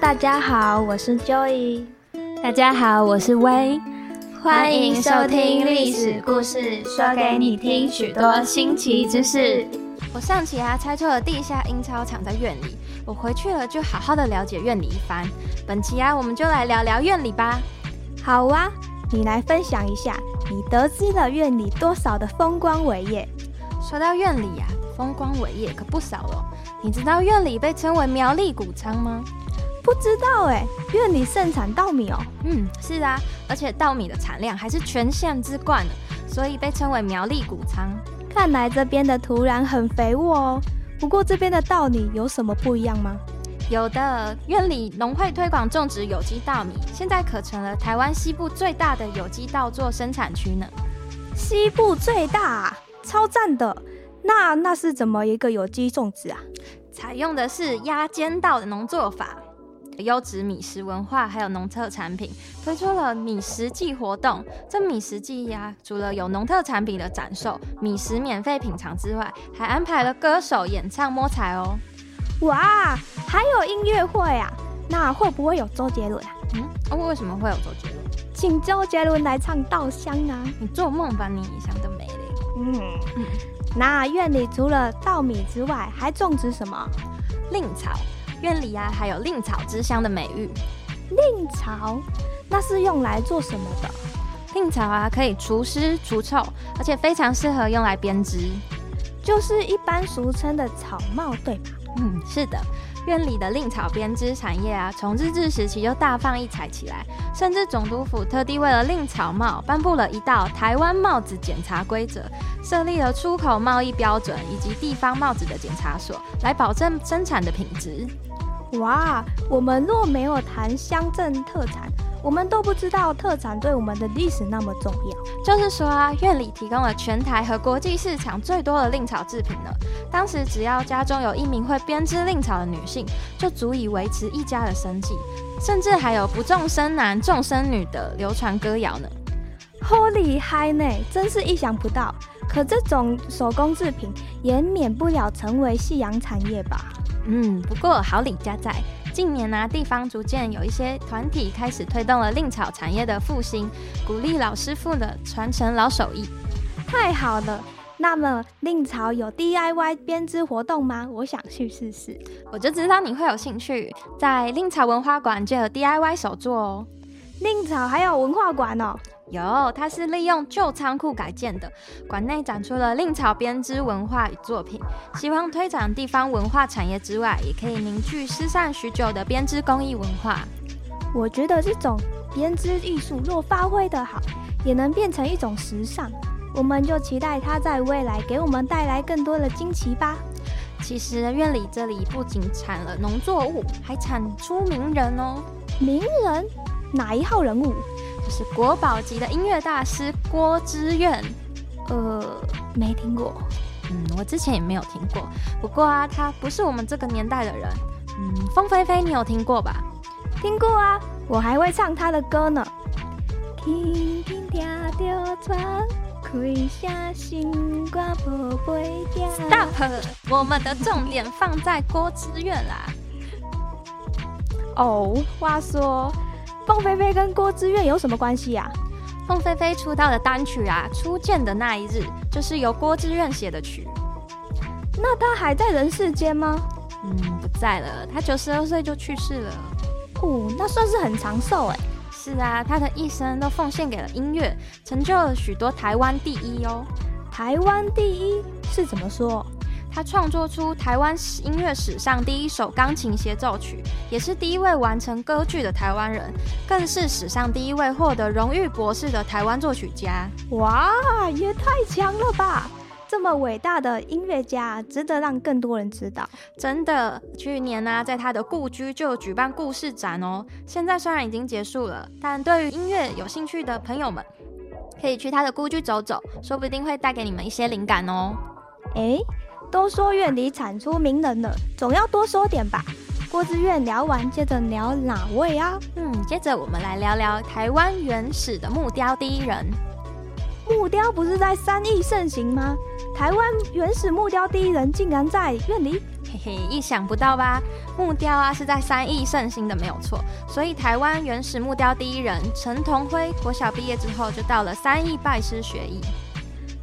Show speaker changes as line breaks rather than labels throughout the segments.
大家好，我是 Joy，
大家好，我是薇。
欢迎收听历史故事，说给你听许多新奇知识。
我上期啊猜测了地下印钞厂在院里，我回去了就好好的了解院里一番。本期啊，我们就来聊聊院里吧。
好啊，你来分享一下，你得知了院里多少的风光伟业？
说到院里啊，风光伟业可不少哦。你知道院里被称为苗栗谷仓吗？
不知道哎，院里盛产稻米哦。
嗯，是啊，而且稻米的产量还是全县之冠呢，所以被称为苗栗谷仓。
看来这边的土壤很肥沃哦。不过这边的稻米有什么不一样吗？
有的院里农会推广种植有机稻米，现在可成了台湾西部最大的有机稻作生产区呢。
西部最大啊，超赞的。那那是怎么一个有机种植啊？
采用的是压尖稻的农作法，优质米食文化还有农特产品，推出了米食季活动。这米食季呀、除了有农特产品的展售、米食免费品尝之外，还安排了歌手演唱摸彩哦。
哇，还有音乐会啊？那会不会有周杰伦啊？
嗯，哦、为什么会有周杰伦？
请周杰伦来唱《稻香》啊！
你做梦吧你，想得美嘞！
嗯，那院里除了稻米之外，还种植什么？
令草院里啊，还有令草之乡的美誉。
蔺草，那是用来做什么的？
令草啊，可以除湿除臭，而且非常适合用来编织。
就是一般俗称的草帽，对吧？
嗯，是的，院里的令草编织产业啊，从日治时期就大放异彩起来，甚至总督府特地为了令草帽颁布了一道台湾帽子检查规则，设立了出口贸易标准以及地方帽子的检查所，来保证生产的品质。
哇，我们若没有谈乡镇特产，我们都不知道特产对我们的历史那么重要。
就是说啊，院里提供了全台和国际市场最多的令草制品呢。当时只要家中有一名会编织令草的女性，就足以维持一家的生计，甚至还有不重生男重生女的流传歌谣呢。
Holy 嗨呢，真是意想不到。可这种手工制品也免不了成为夕阳产业吧？
嗯，不过好礼加在。近年呢、地方逐渐有一些团体开始推动了令草产业的复兴，鼓励老师傅的传承老手艺。
太好了。那么令草有 DIY 编织活动吗？我想去试试。
我就知道你会有兴趣，在令草文化馆就有 DIY 手作哦。
令草还有文化馆哦，
有，它是利用旧仓库改建的，馆内展出了令草编织文化与作品，希望推展地方文化产业之外，也可以凝聚失散许久的编织工艺文化。
我觉得这种编织艺术若发挥得好，也能变成一种时尚。我们就期待它在未来给我们带来更多的惊奇吧。
其实院里这里不仅产了农作物，还产出名人哦，
名人哪一号人物？
就是国宝级的音乐大师郭之愿。
呃，没听过。
嗯，我之前也没有听过，不过啊，他不是我们这个年代的人。嗯，凤飞飞你有听过吧？
听过啊，我还会唱他的歌呢。轻轻听着船，开声心肝无飞调。
Stop！我们的重点放在郭之愿啦。
哦，话说，凤飞飞跟郭之愿有什么关系啊？
凤飞飞出道的单曲啊，《初见的那一日》就是由郭志愿写的曲。
那他还在人世间吗？
嗯，不在了，他九十二岁就去世了。
哦，那算是很长寿哎。
是啊，他的一生都奉献给了音乐，成就了许多台湾第一哦。
台湾第一是怎么说？
他创作出台湾音乐史上第一首钢琴协奏曲，也是第一位完成歌剧的台湾人，更是史上第一位获得荣誉博士的台湾作曲家。
哇，也太强了吧！这么伟大的音乐家，值得让更多人知道。
真的，去年呢、在他的故居就有举办故事展哦。现在虽然已经结束了，但对于音乐有兴趣的朋友们，可以去他的故居走走，说不定会带给你们一些灵感哦。
诶，都说院里产出名人了，总要多说点吧。郭志愿聊完，接着聊哪位啊？
嗯，接着我们来聊聊台湾原始的木雕第一人。
木雕不是在三义盛行吗？台湾原始木雕第一人竟然在院里？
嘿嘿，意想不到吧？木雕啊是在三义盛行的，没有错。所以台湾原始木雕第一人陈同辉，国小毕业之后就到了三义拜师学艺。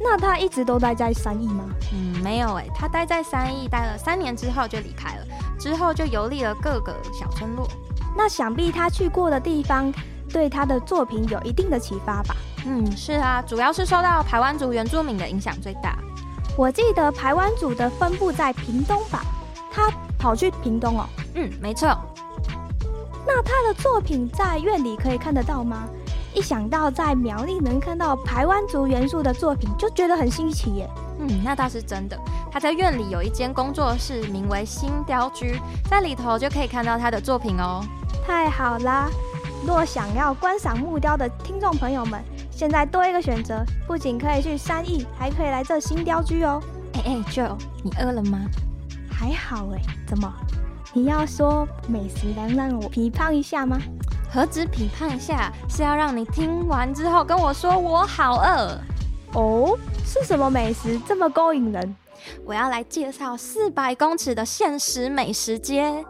那他一直都待在三义吗？
嗯，没有哎、他待在三义待了三年之后就离开了，之后就游历了各个小村落。
那想必他去过的地方，对他的作品有一定的启发吧。
嗯，是啊，主要是受到台湾族原住民的影响最大。
我记得台湾组的分布在屏东吧，他跑去屏东哦。
嗯，没错，
那他的作品在院里可以看得到吗？一想到在苗栗能看到台湾族元素的作品，就觉得很新奇耶。
嗯，那倒是真的。他在院里有一间工作室，名为新雕居，在里头就可以看到他的作品哦。
太好啦！若想要观赏木雕的听众朋友们，现在多一个选择，不仅可以去三义，还可以来这新雕居哦。
哎哎，Joe，你饿了吗？
还好哎，怎么？你要说美食能让我疲胖一下吗？
何止批判一下，是要让你听完之后跟我说我好饿。
哦，是什么美食这么勾引人？
我要来介绍四百公尺的限时美食街。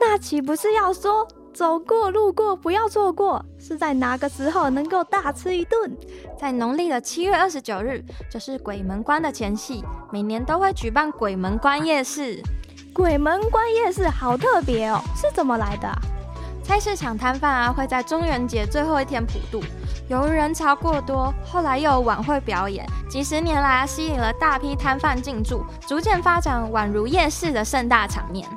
那岂不是要说走过路过不要错过？是在哪个时候能够大吃一顿？
在农历的七月二十九日，就是鬼门关的前夕，每年都会举办鬼门关夜市。
鬼门关夜市好特别哦，是怎么来的啊、
菜市场摊贩啊会在中元节最后一天普渡，由于人潮过多，后来又有晚会表演，几十年来啊吸引了大批摊贩进驻，逐渐发展宛如夜市的盛大场面。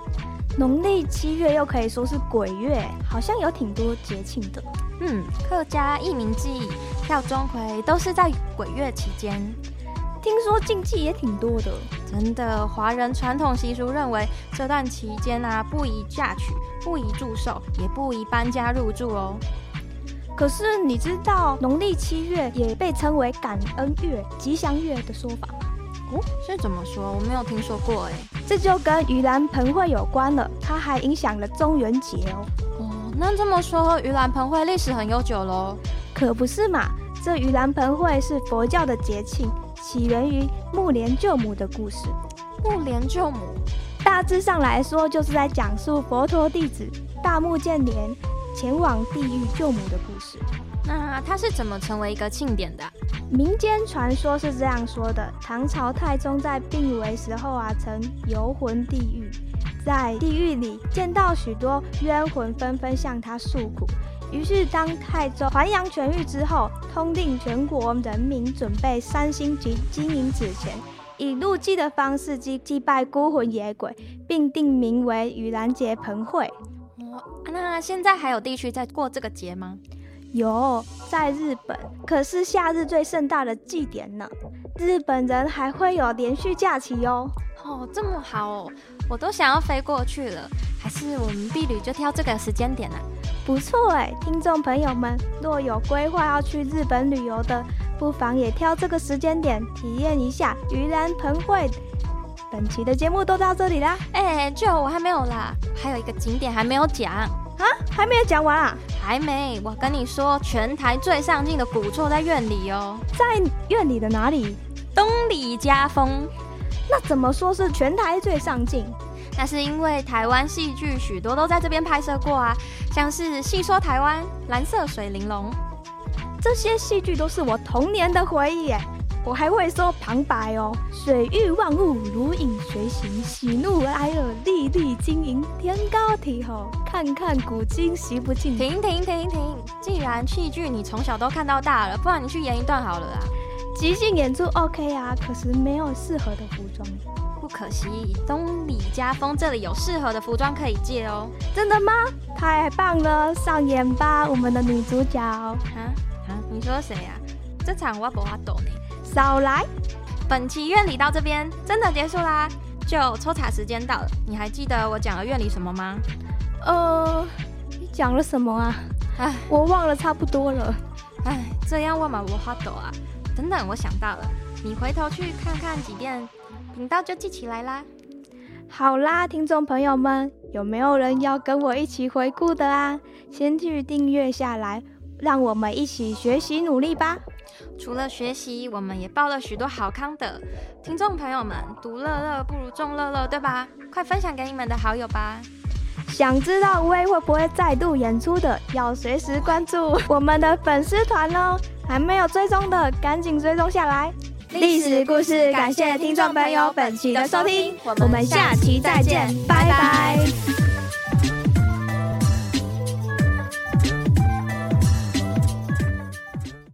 农历七月又可以说是鬼月，好像有挺多节庆的。
嗯，客家一民记、跳钟馗都是在鬼月期间。
听说禁忌也挺多的。
真的，华人传统习俗认为这段期间啊，不宜嫁娶，不宜祝寿，也不宜搬家入住哦。
可是你知道农历七月也被称为感恩月、吉祥月的说法吗？
哦，是怎么说？我没有听说过哎。
这就跟盂兰盆会有关了，它还影响了中元节哦。
哦，那这么说，盂兰盆会历史很悠久喽。
可不是嘛，这盂兰盆会是佛教的节庆，起源于木莲救母的故事。
木莲救母，
大致上来说，就是在讲述佛陀弟子大目犍连前往地狱救母的故事。
那它是怎么成为一个庆典的啊、
民间传说是这样说的：唐朝太宗在病危时候啊，曾游魂地狱，在地狱里见到许多冤魂纷纷向他诉苦。于是，当太宗还阳痊愈之后，通令全国人民准备三星及金银纸钱，以入祭的方式祭祭拜孤魂野鬼，并定名为盂兰节盆会。
哦，那现在还有地区在过这个节吗？
有，在日本可是夏日最盛大的祭典呢。日本人还会有连续假期哦。
哦，这么好哦，我都想要飞过去了。还是我们避旅就挑这个时间点啊？
不错哎，听众朋友们，若有规划要去日本旅游的，不妨也挑这个时间点体验一下盂兰盆会。本期的节目都到这里啦，
哎、就我还没有啦，还有一个景点还没有讲，
啊还没有讲完啊，
还没。我跟你说，全台最上镜的古厝在院里哦，
在院里的哪里？
东里家风。
那怎么说是全台最上镜？
那是因为台湾戏剧许多都在这边拍摄过啊，像是《戏说台湾》《蓝色水玲珑》。
这些戏剧都是我童年的回忆耶。我还会说旁白哦，水遇万物如影随形，喜怒哀乐历历经营，天高地厚，看看古今习不尽。
停停停停！既然戏剧你从小都看到大了，不然你去演一段好了啦。
即兴演出 OK 啊，可是没有适合的服装。
不可惜，东里家风这里有适合的服装可以借哦。
真的吗？太棒了，上演吧，我们的女主角。
啊啊！你说谁啊？这场我不花懂呢。
少来，
本期院里到这边真的结束啦，就抽查时间到了。你还记得我讲了院里什么吗？
呃，你讲了什么啊？
唉
我忘了差不多了。
唉，哎这样问嘛我花抖啊。等等，我想到了，你回头去看看几遍，频道就记起来啦。
好啦，听众朋友们，有没有人要跟我一起回顾的啊？先去订阅下来，让我们一起学习努力吧。
除了学习，我们也报了许多好康的。听众朋友们，独乐乐不如众乐乐，对吧？快分享给你们的好友吧。
想知道威会不会再度演出的，要随时关注 我们的粉丝团喽！还没有追踪的，赶紧追踪下来。历史故事，感谢听众朋友本期的收听，我们下期再见，拜拜